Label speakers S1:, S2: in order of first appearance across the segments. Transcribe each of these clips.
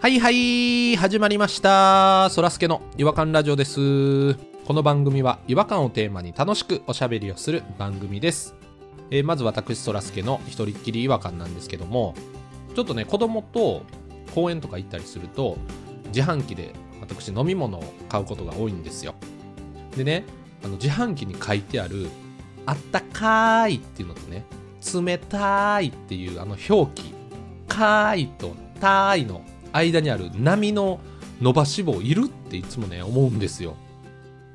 S1: はいはい始まりましたそらすけの違和感ラジオですこの番組は違和感をテーマに楽しくおしゃべりをする番組です、えーまず私そらすけの一人っきり違和感なんですけどもちょっとね子供と公園とか行ったりすると自販機で私飲み物を買うことが多いんですよでねあの自販機に書いてある「あったかーい」っていうのとね「冷たーい」っていうあの表記「かーい」と「たーい」の間にある波の伸ばし棒いるっていつもね思うんですよ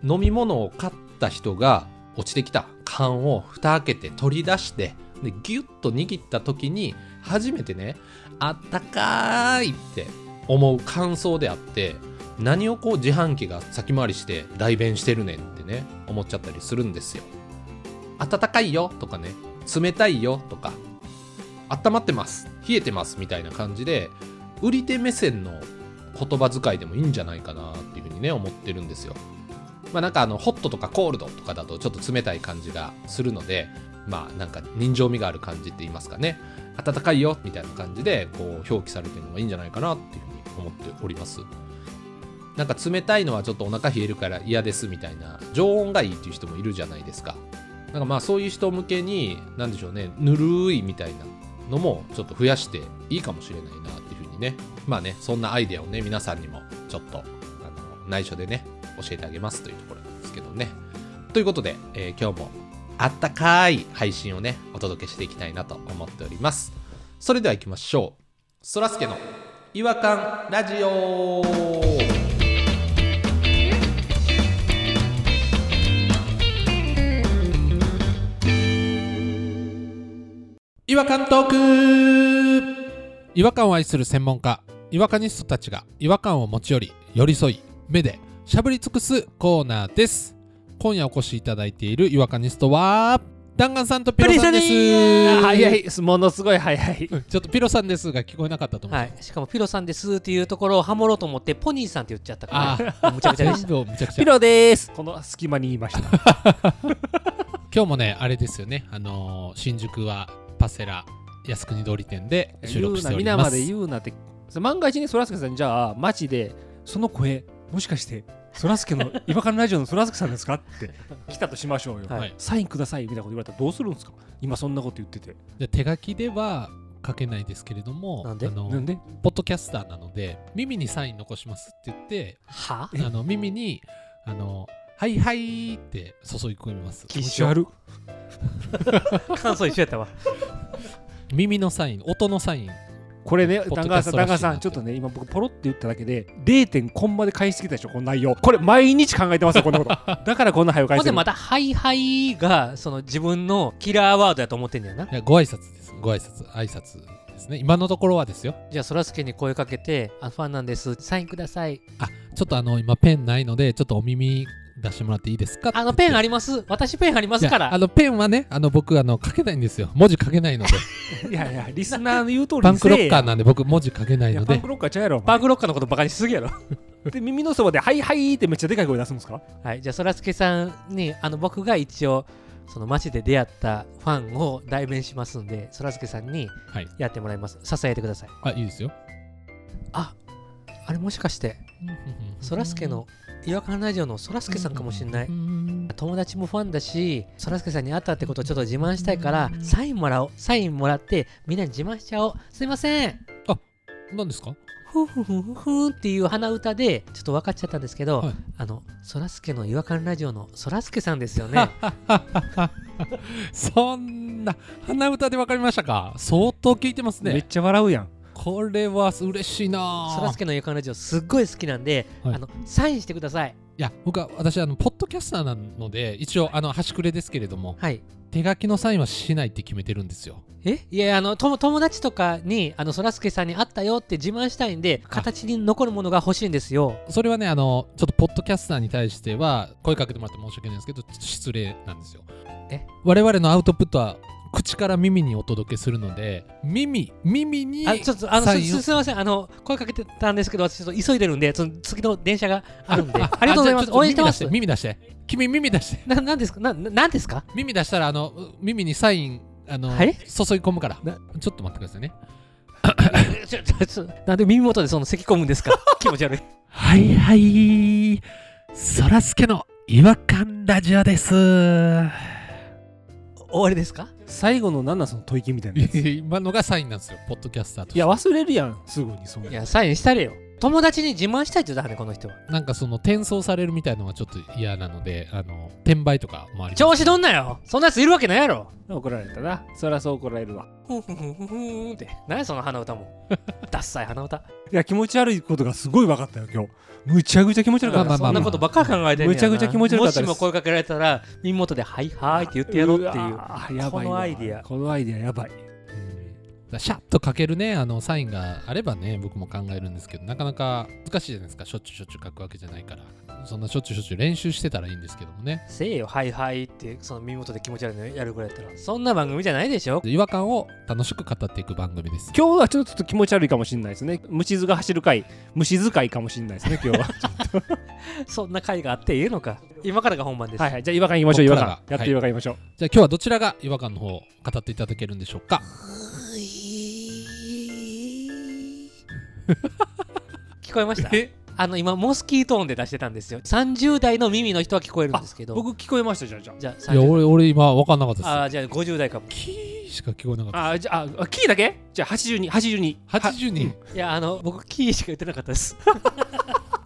S1: 飲み物を買った人が落ちてきた缶を蓋開けて取り出してでギュッと握った時に初めてね「あったかーい」って思う感想であって何をこう自販機が先回りして代弁してるねんってね思っちゃったりするんですよ暖かいよとかね冷たいよとか温まってます冷えてますみたいな感じで売り手目線の言葉遣いでもいいんじゃないかなっていうふうにね思ってるんですよまあなんかあのホットとかコールドとかだとちょっと冷たい感じがするのでまあなんか人情味がある感じって言いますかね暖かいよみたいな感じでこう表記されてるのがいいんじゃないかなっていうふうに思っておりますなんか冷たいのはちょっとお腹冷えるから嫌ですみたいな常温がいいっていう人もいるじゃないですかなんかまあそういう人向けに何でしょうねぬるいみたいなのもちょっと増やしていいかもしれないなっていうふうにねまあねそんなアイデアをね皆さんにもちょっとあの内緒でね教えてあげますというところなんですけどねということで、えー今日もあったかい配信をねお届けしていきたいなと思っておりますそれでは行きましょうそらすけの違和感ラジオ違和感トーク違和感を愛する専門家違和感ニストたちが違和感を持ち寄り寄り添い目でしゃぶり尽くすコーナーです今夜お越しいただいている違和感ニストは弾丸さんとピロさんです
S2: 早いすものすごい早い
S1: うんちょっとピロさんですが聞こえなかったと思う、
S3: はい、しかもピロさんですっていうところをハモろうと思ってポニーさんって言っちゃったから、むちゃくち
S1: 全
S3: ゃでした。
S1: 部をむちゃくちゃ
S3: ピロです。
S2: この隙間に言いました
S1: 今日もねあれですよねあのー新宿はパセラ靖国通り店で収
S2: 言
S1: 録
S2: う
S1: し
S2: な
S1: ており
S2: 皆
S1: ま
S2: ますで言うなってそれ万が一にそらすけさんじゃあ街でその声もしかしてそらすけの違和感ラジオのそらすけさんですかって 来たとしましょうよ、
S1: はい
S2: サインくださいみたいなこと言われたらどうするんですか今そんなこと言ってて
S1: で手書きでは書けないですけれども
S3: なんで
S1: あのー
S2: なんで
S1: ポッドキャスターなので耳にサイン残しますって言って
S3: は
S1: あの耳にあの「はいはい」って注ぎ込みます
S2: 気持ち悪
S3: 感想一緒やった わ。
S1: 耳のサイン音のサイン
S2: これね
S1: ポッ
S2: ダ
S1: ド
S2: ン
S1: キャ
S2: ガ
S1: ス
S2: さ
S1: ト
S2: ん
S1: ら
S2: ダ
S1: しいな
S2: ンガさんちょっとね今僕ポロって言っただけで0. コンマで返しすぎたでしょこの内容これ毎日考えてますよこんな ことだからこんな早く
S3: ほ
S2: 返
S3: ん
S2: して
S3: で
S2: る
S3: また、ハイハイが、その自分のキラーワードやと思ってんだよな。
S1: いやご挨拶ですご挨拶挨拶ですね今のところはですよ
S3: じゃあ、そらすけに声かけて、あ、ファンなんです。サインください。
S1: あちょっとあの今ペンないのでちょっとお耳出してもらっていいですか
S3: あの、ペンあ
S1: り
S3: ります。私ペンありますから
S1: あ。のペンはねあの僕あの書けないんですよ文字書けないので
S2: いやいやリスナーの言う通り
S1: パンクロ
S2: せえ
S1: ッ
S2: や
S1: カーなんで僕文字書けないい
S2: や
S1: の
S2: パン
S1: で
S2: クロッカーちゃうやろお前
S3: バーグロッカーのことバカにしすぎやろ。
S2: で耳のそばで「はいはい」ってめっちゃでかい声出すんですか
S3: はい、じゃあ、そらすけさんに、あの、僕が一応、その街で出会ったファンを代弁しますんで、そらすけさんに
S1: はい
S3: やってもらいます。支えてください。
S1: あいいですよ
S3: あれもしかして、そらすけの違和感ラジオのそらすけさんかもしれない友達もファンだしそらすけさんに会ったってことをちょっと自慢したいからサインもらおうサインもらってみんなに自慢しちゃおうすいません
S1: 何ですか
S3: ふんふんふんふんふんっていう鼻歌でちょっと分かっちゃったんですけど、
S1: はい
S3: あのそらすけの違和感ラジオのそらすけさんですよね
S1: そんな鼻歌で分かりましたか相当聞いてます
S2: めっ
S1: ね
S2: ちゃ笑うやん
S1: これは嬉しい
S3: そら
S1: な
S3: すけの違和感ラジオすっごい好きなんで、
S1: はい
S3: あのサインしてください
S1: いや僕は私あのポッドキャスターなので一応あの端くれですけれども
S3: はい
S1: 手書きのサインはしないって決めてるんですよ
S3: えいやいやあのとも友達とかにあのそらすけさんに会ったよって自慢したいんで形に残るものが欲しいんですよ
S1: それはねあのちょっとポッドキャスターに対しては声かけてもらって申し訳ないんですけどちょっと失礼なんですよ
S3: え
S1: 我々のアウトプットは口から耳にお届けするので耳耳に
S3: あちょっとあの
S1: サ
S3: す
S1: インを
S3: すすみませんあの声かけてたんですけど私ちょっと急いでるんでその次の電車があるんで ありがとうございま
S1: じゃあ
S3: す
S1: ちょっ
S3: 応援してます
S1: 耳出して耳出して君耳出して
S3: ななんですかなななんですか
S1: 耳出したらあのう耳にサインあの
S3: はい
S1: 注ぎ込むから
S3: な
S1: ちょっと待ってくださいね
S3: ちょちょちょなんで耳元でその咳込むんですか気持ち悪い。
S1: はいはい。そらすけの違和感ラジオです。
S3: 終わりですか
S2: 最後の何なんその吐息みたいなやつい
S1: 今のがサインなんですよ、ポッドキャスターとして。
S2: や忘れるやんすぐにそん
S3: い
S2: な
S3: や、サインしたれよ。友達に自慢したいって言ったからね、この人は。
S1: なんかその転送されるみたいのはちょっと嫌なので、あの転売とかもあります。
S3: 調子どんなよそんなやついるわけないやろ
S2: 怒られたなそりゃそう怒られるわ
S3: ふんふんふんふんふんって。何やその鼻歌 も。ダッサい鼻歌。
S2: いや気持ち悪いことがすごい分かったよ今日むちゃくちゃ気持ち悪かった
S1: まあまあまあ
S3: そんなことばっかり考えてんねやな
S2: むちゃくちゃ気持ち悪かったです
S3: もしも声かけられたら、耳元で、はいはいって言ってやろうっていう。
S2: わーやばいわ
S3: このアイディア
S2: このアイディアやばい
S1: うんシャッとかけるね、あのサインがあればね、僕も考えるんですけど、なかなか難しいじゃないですか、しょっちゅうしょっちゅう書くわけじゃないから、そんなしょっちゅうしょっちゅう練習してたらいいんですけどもね、
S3: せえよ、はいはいって、その耳元で気持ち悪いのやるぐらいやったら。そんな番組じゃないでしょ
S1: 違和感を楽しく語っていく番組です。
S2: 今日はちょっと気持ち悪いかもしれないですね虫図が走る回虫図いかもしれない ですね今日は
S3: そんな回があっていいのか。今からが本番です。
S2: はいはいじゃあ違和感言いましょう違和
S1: こ
S2: 感
S1: っからが
S2: やって違和感言いましょう
S1: じゃあ今日はどちらが違和感の方を語っていただけるんでしょうか。
S3: 聞こえました
S2: え
S3: あの今モスキートーンで出してたんですよ30代の耳の人は聞こえるんですけど
S2: 僕聞こえましたじゃあじゃ
S3: じゃあ
S1: いや、
S3: 30
S1: 俺、俺今分かんなかったです。
S3: あーじゃあ50代かも
S1: キーしか聞こえなかった。
S2: ああじゃああキーだけじゃあ8282 82は
S1: 80人。
S3: いやあの僕キーしか言ってなかったです
S1: やっぱ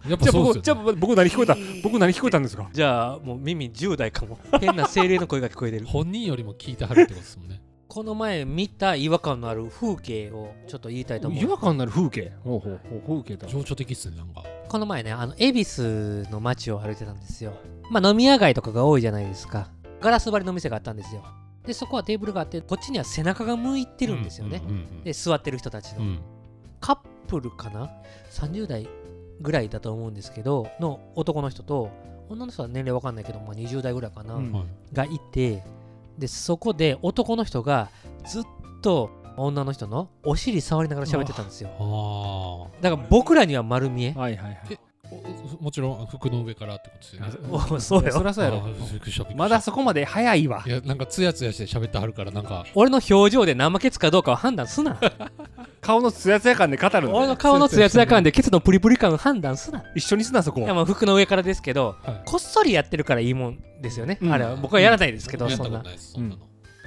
S2: じゃあ
S1: そう
S2: 僕
S1: です
S2: じゃ
S1: よ、ね。
S2: あ僕何聞こえた僕何聞こえたんですか
S3: じゃあもう耳10 代かも変な精霊の声が聞こえてる
S1: 本人よりも聞いてはるってことですもんね。
S3: この前見た違和感のある風景をちょっと言いたいと思
S2: 違
S3: う
S2: 和感のある風景ほうほうほう風景だ
S1: 情緒的っすね、なんか。
S3: この前ねあの恵比寿の街を歩いてたんですよまあ飲み屋街とかが多いじゃないですかガラス張りの店があったんですよでそこはテーブルがあってこっちには背中が向いてるんですよね、
S1: うんうん
S3: で座ってる人たちの、
S1: うんうん
S3: カップルかな30代ぐらいだと思うんですけどの男の人と女の人は年齢わかんないけど、まあ、20代ぐらいかな、
S2: うん
S1: はい
S3: がいてでそこで男の人がずっと女の人のお尻触りながら喋ってたんですよ
S1: ああお
S3: だから僕らには丸見え
S2: はいはいはい
S1: えもちろん服の上からってことですよね。
S3: おそうよ
S2: そりゃそうやろ
S1: あーびっくりしたびっくりした
S2: まだそこまで早いわ
S1: いやなんかツヤツヤして喋ってはるからなんか
S3: 俺の表情で生ケツかどうかを判 断すな
S2: 顔のツヤツヤ感で語るんだ
S3: 俺の顔のツヤツヤ感でケツのプリプリ感を判断すな
S2: 一緒にすなそこ
S3: いやまあ服の上からですけど、
S1: はい
S3: こっそりやってるからいいもんですよね、
S2: うん
S3: あれは僕はやらないですけど、
S1: やったこ
S3: そん
S1: と
S3: な
S1: ないですそんなの。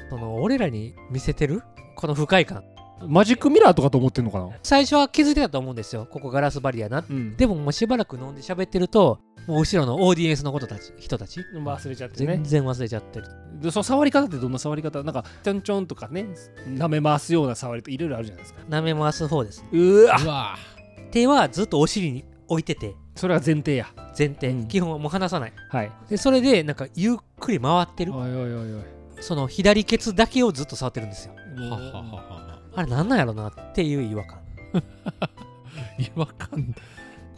S3: その俺らに見せてるこの不快感
S2: マジックミラーとかと思ってんのかな
S3: 最初は気づいてたと思うんですよここガラス張りやな
S2: うん
S3: でももうしばらく飲んで喋ってるともう後ろのオーディエンスのことたち人たち
S2: 忘れちゃってね
S3: 全然忘れちゃってる、
S2: でその触り方ってどんな触り方なんかちょんちょんとかね舐め回すような触りといろいろあるじゃないですか
S3: 舐め回す方です
S2: うわ
S1: うわ
S3: 手はずっとお尻に置いてて
S2: それは前提や
S3: 前提、
S2: うん
S3: 基本はもう離さない
S2: はい
S3: でそれでなんかゆっくり回ってる
S2: おいおいおいおい
S3: その左ケツだけをずっと触ってるんですよ
S1: ーはははは
S3: あれなんなんやろなっていう違和感
S1: 違和感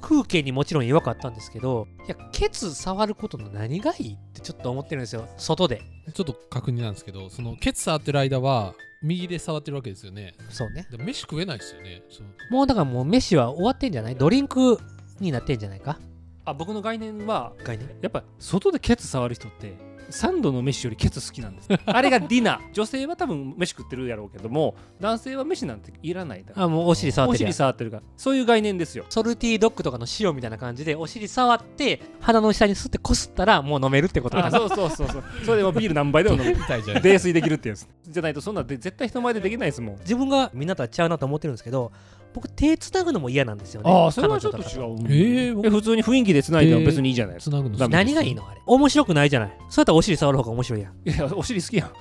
S3: 空気にもちろん違和感あったんですけどいやケツ触ることの何がいいってちょっと思ってるんですよ外で
S1: ちょっと確認なんですけどそのケツ触ってる間は右で触ってるわけですよね
S3: そうね
S1: で飯食えないですよねそう
S3: もうだからもう飯は終わってんじゃないドリンクになってんじゃないか
S2: あ僕の概念は
S3: 概念
S2: やっぱ外でケツ触る人ってサンドの飯よりケツ好きなんです あれがディナー女性は多分飯食ってるやろうけども男性は飯なんていらないだか
S3: あもうお尻触
S2: らお
S3: ってるや
S2: 尻
S3: ん
S2: 触ってるからそういう概念ですよ
S3: ソルティドッグとかの塩みたいな感じでお尻触って鼻の下にすってこすったらもう飲めるってことか
S2: あ
S3: な
S2: そうそうそうそうそれでもビール何杯でも飲む
S1: みたいじゃない
S2: 泥酔できるってやつじゃないとそんなんで絶対人前でできないですもん
S3: 自分がみんなとはちゃうなと思ってるんですけど僕手つなぐのも嫌なんですよね
S2: ああそれはちょっと
S3: 彼
S2: 違
S3: 女か
S2: う
S1: ええ
S2: え
S1: 僕
S2: 普通に雰囲気で繋いでも別にいいじゃないですか、
S1: つなぐの
S2: ダ
S3: ら
S2: メ
S3: 何がいいのあれ面白くないじゃないそうやったらお尻触る方が面白いやん
S2: いやお尻好きやん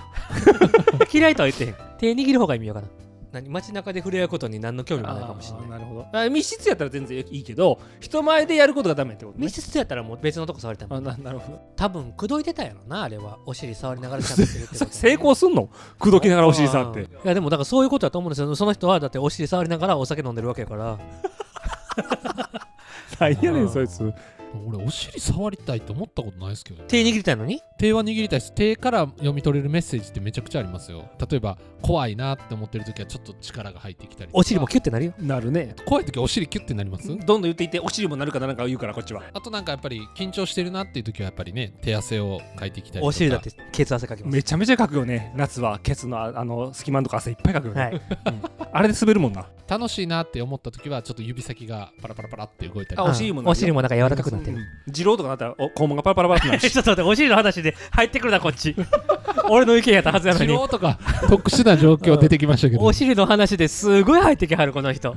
S3: 嫌いとは言ってへん手握る方が意味わからん何街中で触れ合うことに何の興味もないかもしれ
S2: あー
S3: ない
S2: なるほどあ密室やったら全然いいけど人前でやることがダメってことね
S3: 密室やったらもう別のとこ触れたも
S2: あ
S3: ん
S2: ななるほど
S3: 多分口説いてたやろなあれはお尻触りながら喋ってるってこ と
S2: それ成功すんの口説きながらお尻さんって
S3: いやでもだからそういうことだと思うんですよその人はだってお尻触りながらお酒飲んでるわけやから
S2: 何やねんそいつ
S1: 俺お尻触りたいと思ったことないですけどね
S3: 手握りたいのに
S1: 手は握りたいです手から読み取れるメッセージってめちゃくちゃありますよ例えば怖いなって思ってる時はちょっと力が入ってきたりとか
S3: お尻もキュッてなるよ
S2: なるね
S1: 怖い時お尻キュッてなります
S2: どんどん言っていってお尻もなるかななんか言うからこっちは
S1: あとなんかやっぱり緊張してるなっていう時はやっぱりね手汗をかいてきたりとか
S3: お尻だってケツ汗かきます
S2: めちゃめちゃ書くよね夏はケツのああの隙間のとか汗いっぱい書くよね、
S3: はい
S2: あれで滑るもんな
S1: 楽しいなって思った時はちょっと指先がパラパラパラって動いたり
S2: あ
S1: とか
S2: お尻もなるよ
S3: お尻もなんか柔らかくなってる
S2: 二郎とかなったらお肛門がパラパラパラってなる
S3: ちょ
S2: し
S3: っと待ってお尻の話で入ってくるなこっち俺の意見やったはずやの
S1: 治
S3: に
S1: 療とか特殊な状況出てきましたけど、
S3: お尻の話ですごい入ってきはるこの人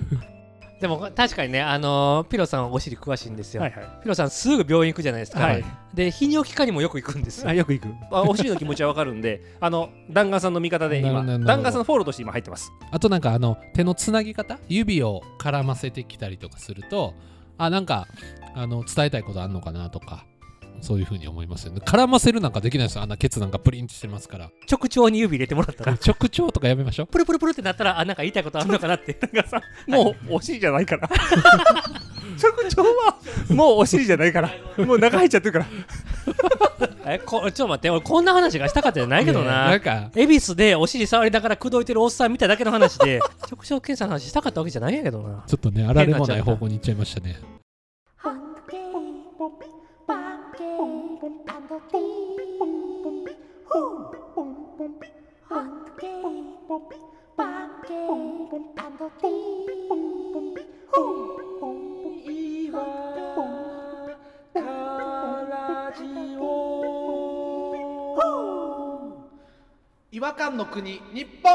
S3: でも確かにねあのーピロさんはお尻詳しいんです よ、
S2: はいは
S3: ピロさんすぐ病院行くじゃないですか、
S2: はい
S3: で泌尿器科にもよく行くんですよ
S2: いあよく行く、まあ、お尻の気持ちはわかるんで あの弾丸さんの味方で
S1: なるほ
S2: 今
S1: どなるほど
S2: 弾丸さんのフォローとして今入ってます
S1: あとなんかあの手のつなぎ方指を絡ませてきたりとかするとあなんかあの伝えたいことあんのかなとかそういうふうに思いますよね絡ませるなんかできないですよあんなケツなんかプリンってしてます から
S3: 直腸に指入れてもらったら
S1: 直腸とかやめましょう
S3: プルプルプルってなったらあなんか言いたいことあるのかなって
S2: 弾丸 さんもうお尻じゃないから 直腸はもうお尻じゃないからもう中入っちゃってるから
S3: えこちょっと待って俺こんな話がしたかったじゃないけど
S1: いやな
S3: なん
S1: か
S3: 恵比寿でお尻触りながら口説いてるおっさん見ただけの話で直腸検査の話したかったわけじゃないんやけど な
S1: ちょっとねあられもない方向に行っちゃいましたね
S4: Hunky,
S5: 違和感の国日本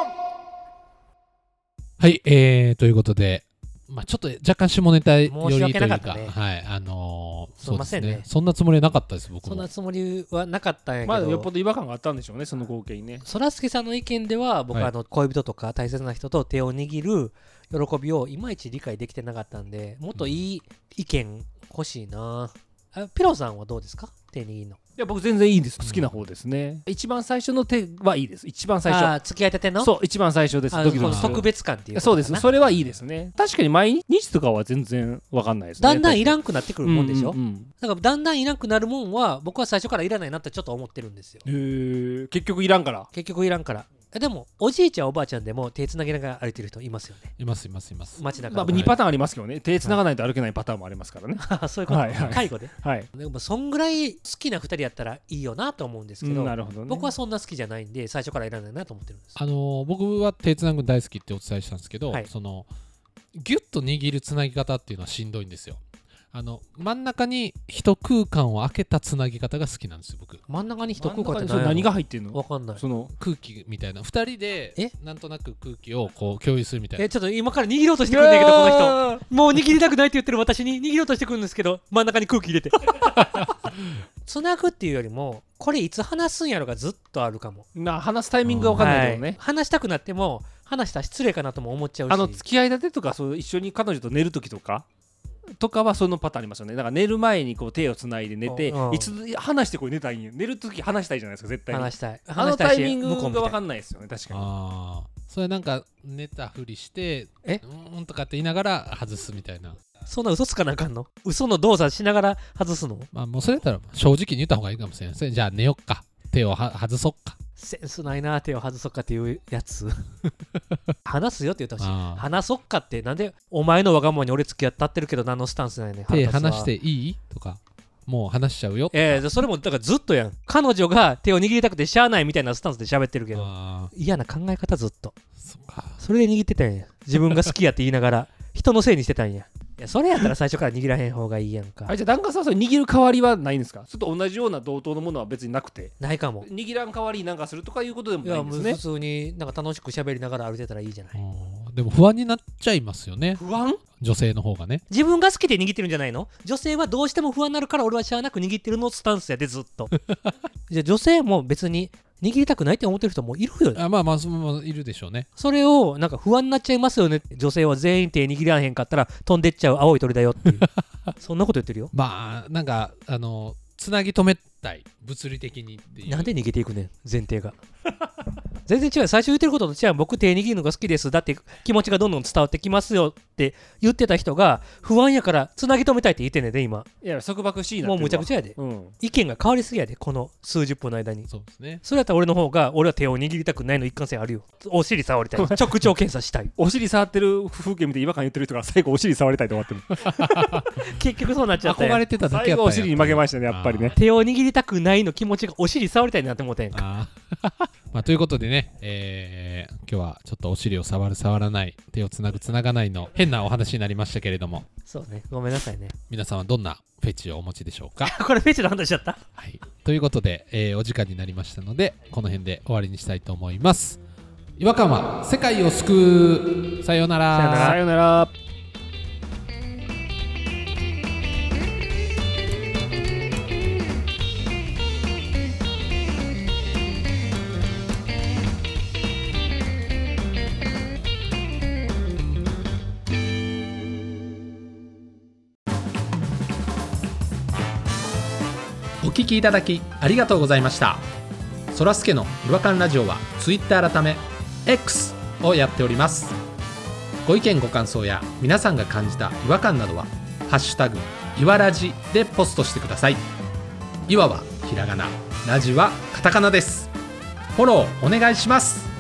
S1: はいえー、ということでまあちょっと若干下ネタよりと
S3: 申し
S1: いう
S3: 訳なか
S1: か
S3: ったね
S1: はいあのー、
S3: すいませんね
S1: そうですそんなつもりはなかったです僕
S3: そん
S1: も
S3: なつもりはなかったんやけど、
S2: まあよっぽど違和感があったんでしょうねその光景にね
S3: そらすけさんの意見では僕は
S1: はい
S3: あの恋人とか大切な人と手を握る喜びをいまいち理解できてなかったんでもっといい意見欲しいなあピロさんはどうですか手握るの
S2: いや僕全然いいです
S1: うん
S2: 好きな方ですね、一番最初の手はいいです一番最初
S3: あー付き合いたての
S2: そう一番最初です
S3: あ
S2: ドキドキ
S3: この
S2: する
S3: 特別感っていうこと
S2: そうで
S3: か
S2: す
S3: な
S2: それはいいですね確かに毎日とかは全然わかんないですね
S3: だんだんいら
S2: ん
S3: んくなってくるもんでしょ、
S2: うんうん
S3: だからだんだんいらんくなるもんは僕は最初からいらないなってちょっと思ってるんですよ
S2: うんへー結局いらんから
S3: 結局いらんからえでもおじいちゃんおばあちゃんでも手つなぎながら歩いてる人いますよね
S1: いますいますいます
S3: 街中
S2: まあ、
S3: の、
S1: に
S2: 2パターンありますけどね手繋がないと歩けないパターンもありますからね
S3: そういうこと、
S2: はいはい
S3: 介護で
S2: はい、
S3: でもそんぐらい好きな2人やったらいいよなと思うんです
S2: う
S3: けど,、
S2: んなるほどね
S3: 僕はそんな好きじゃないんで最初からいらないなと思ってるんです
S1: あのー僕は手つなぐの大好きってお伝えしたんですけど、
S3: はい
S1: そのギュッと握るつなぎ方っていうのはしんどいんですよあの真ん中に一空間を空けたつなぎ方が好きなんですよ僕
S3: 真ん中に人
S2: 真ん
S3: 食うかっ
S2: 中に
S3: て
S2: それ何が入ってんの
S3: 分かんない
S2: その
S1: 空気みたいな2人で
S3: え
S1: なんとなく空気をこう共有するみたいな
S3: えちょっと今から握ろうとしてくるんだけどこの人もう握りたくないって言ってる私に握ろうとしてくるんですけど真ん中に空気入れて つなぐっていうよりもこれいつ話すんやろがずっとあるかも
S2: な話すタイミングがわかんないけどね、
S3: はい話したくなっても話したら失礼かなとも思っちゃうし
S2: あの付き合い立てとかそう一緒に彼女と寝る時とかとかはそのパターンありますよねだから寝る前にこう手をつないで寝て
S3: うん
S2: いつ話してこう寝たいんよ寝る時話したいじゃないですか絶対に
S3: 話したい
S2: あ
S3: 話
S2: の
S3: した
S2: タ
S3: いし
S2: イミング
S3: 向こうみた
S2: が
S3: い
S2: わかんないですよね確かに
S1: あーそれなんか寝たふりして
S3: え
S1: うーんとかって言いながら外すみたいな
S3: そんな嘘つかなあかんの嘘の動作しながら外すの
S1: まあもうそれやったら正直に言った方がいいかもしれないですねじゃあ寝よっか手をは外そっか
S3: センスないな手を外そっかっていう やつ話すよって言ってほしい
S1: あー
S3: 話そっかってなんでお前のわがままに俺付き合ったってるけど何のスタンスなんやねん
S1: 手
S3: 腹立つわ
S1: 離していいとかもう話しちゃうよ
S3: ええそれもだからずっとやん彼女が手を握りたくてしゃあないみたいなスタンスで喋ってるけど
S1: あ
S3: 嫌な考え方ずっと
S1: ーそっか
S3: それで握ってたんや自分が好きやって言いながら 人のせいにしてたんやいやそれやったら最初から握らへん方がいいやん
S2: あ
S3: か
S2: れじゃあ檀家さんはそれ握る代わりはないんですかちょっと同じような同等のものは別になくて
S3: ないかも
S2: 握らん代わりになんかするとかいうことでも
S3: い
S2: な
S3: や
S2: いん
S3: も
S2: で
S3: う
S2: すね
S3: 普通になんか楽しく喋りながら歩いてたらいいじゃない
S1: うんでも不安になっちゃいますよね
S2: 不安
S1: 女性の方がね
S3: 自分が好きで握ってるんじゃないの女性はどうしても不安になるから俺はしゃあなく握ってるのスタンスやでずっと じゃあ女性も別に握りたくないって思ってる人もいるよ
S1: あまあまあそのいるでしょうね
S3: それをなんか不安になっちゃいますよね女性は全員手握らへんかったら飛んでっちゃう青い鳥だよ っていうそんなこと言ってるよ
S1: まあなんかあのつなぎ止めたい物理的にっていう
S3: なんで逃げていくねん前提が前全然違う最初言ってることと違う僕手握るのが好きですだって気持ちがどんどん伝わってきますよって言ってた人が不安やからつなぎ止めたいって言ってんねんで今
S2: いや束縛しいな
S3: もうむちゃくち
S2: ゃ
S3: ゃやで
S2: うん
S3: 意見が変わりすぎやでこの数十分の間に
S1: そうですね。
S3: それやったら俺の方が俺は手を握りたくないの一貫性あるよお尻触りたい直腸検査したい
S2: お尻触ってる風景見て違和感言ってる人が最後お尻触りたいと思ってる
S3: 結局そうなっちゃったやん
S1: 憧れてただけ
S2: 最
S1: やったんや
S2: 後お尻に負けましたねやっぱりね。
S3: 手を握りたくないの気持ちがお尻触りたいなって思ったやんか
S1: あーまあ、ということでね、えー今日はちょっとお尻を触る触らない手をつなぐつながないの変なお話になりましたけれども
S3: そうねごめんなさいね
S1: 皆さんはどんなフェチをお持ちでしょうか、
S3: これフェチの話だった
S1: はい、ということで、えーお時間になりましたのでこの辺で終わりにしたいと思います違和感は世界を救うさようなら
S3: さようなら
S2: さよなら。
S1: お聞きいただきありがとうございましたそらすけの違和感ラジオは Twitter 改め X をやっておりますご意見ご感想や皆さんが感じた違和感などは「ハッシュタグいわらじ」でポストしてくださいいわはひらがなラジはカタカナですフォローお願いします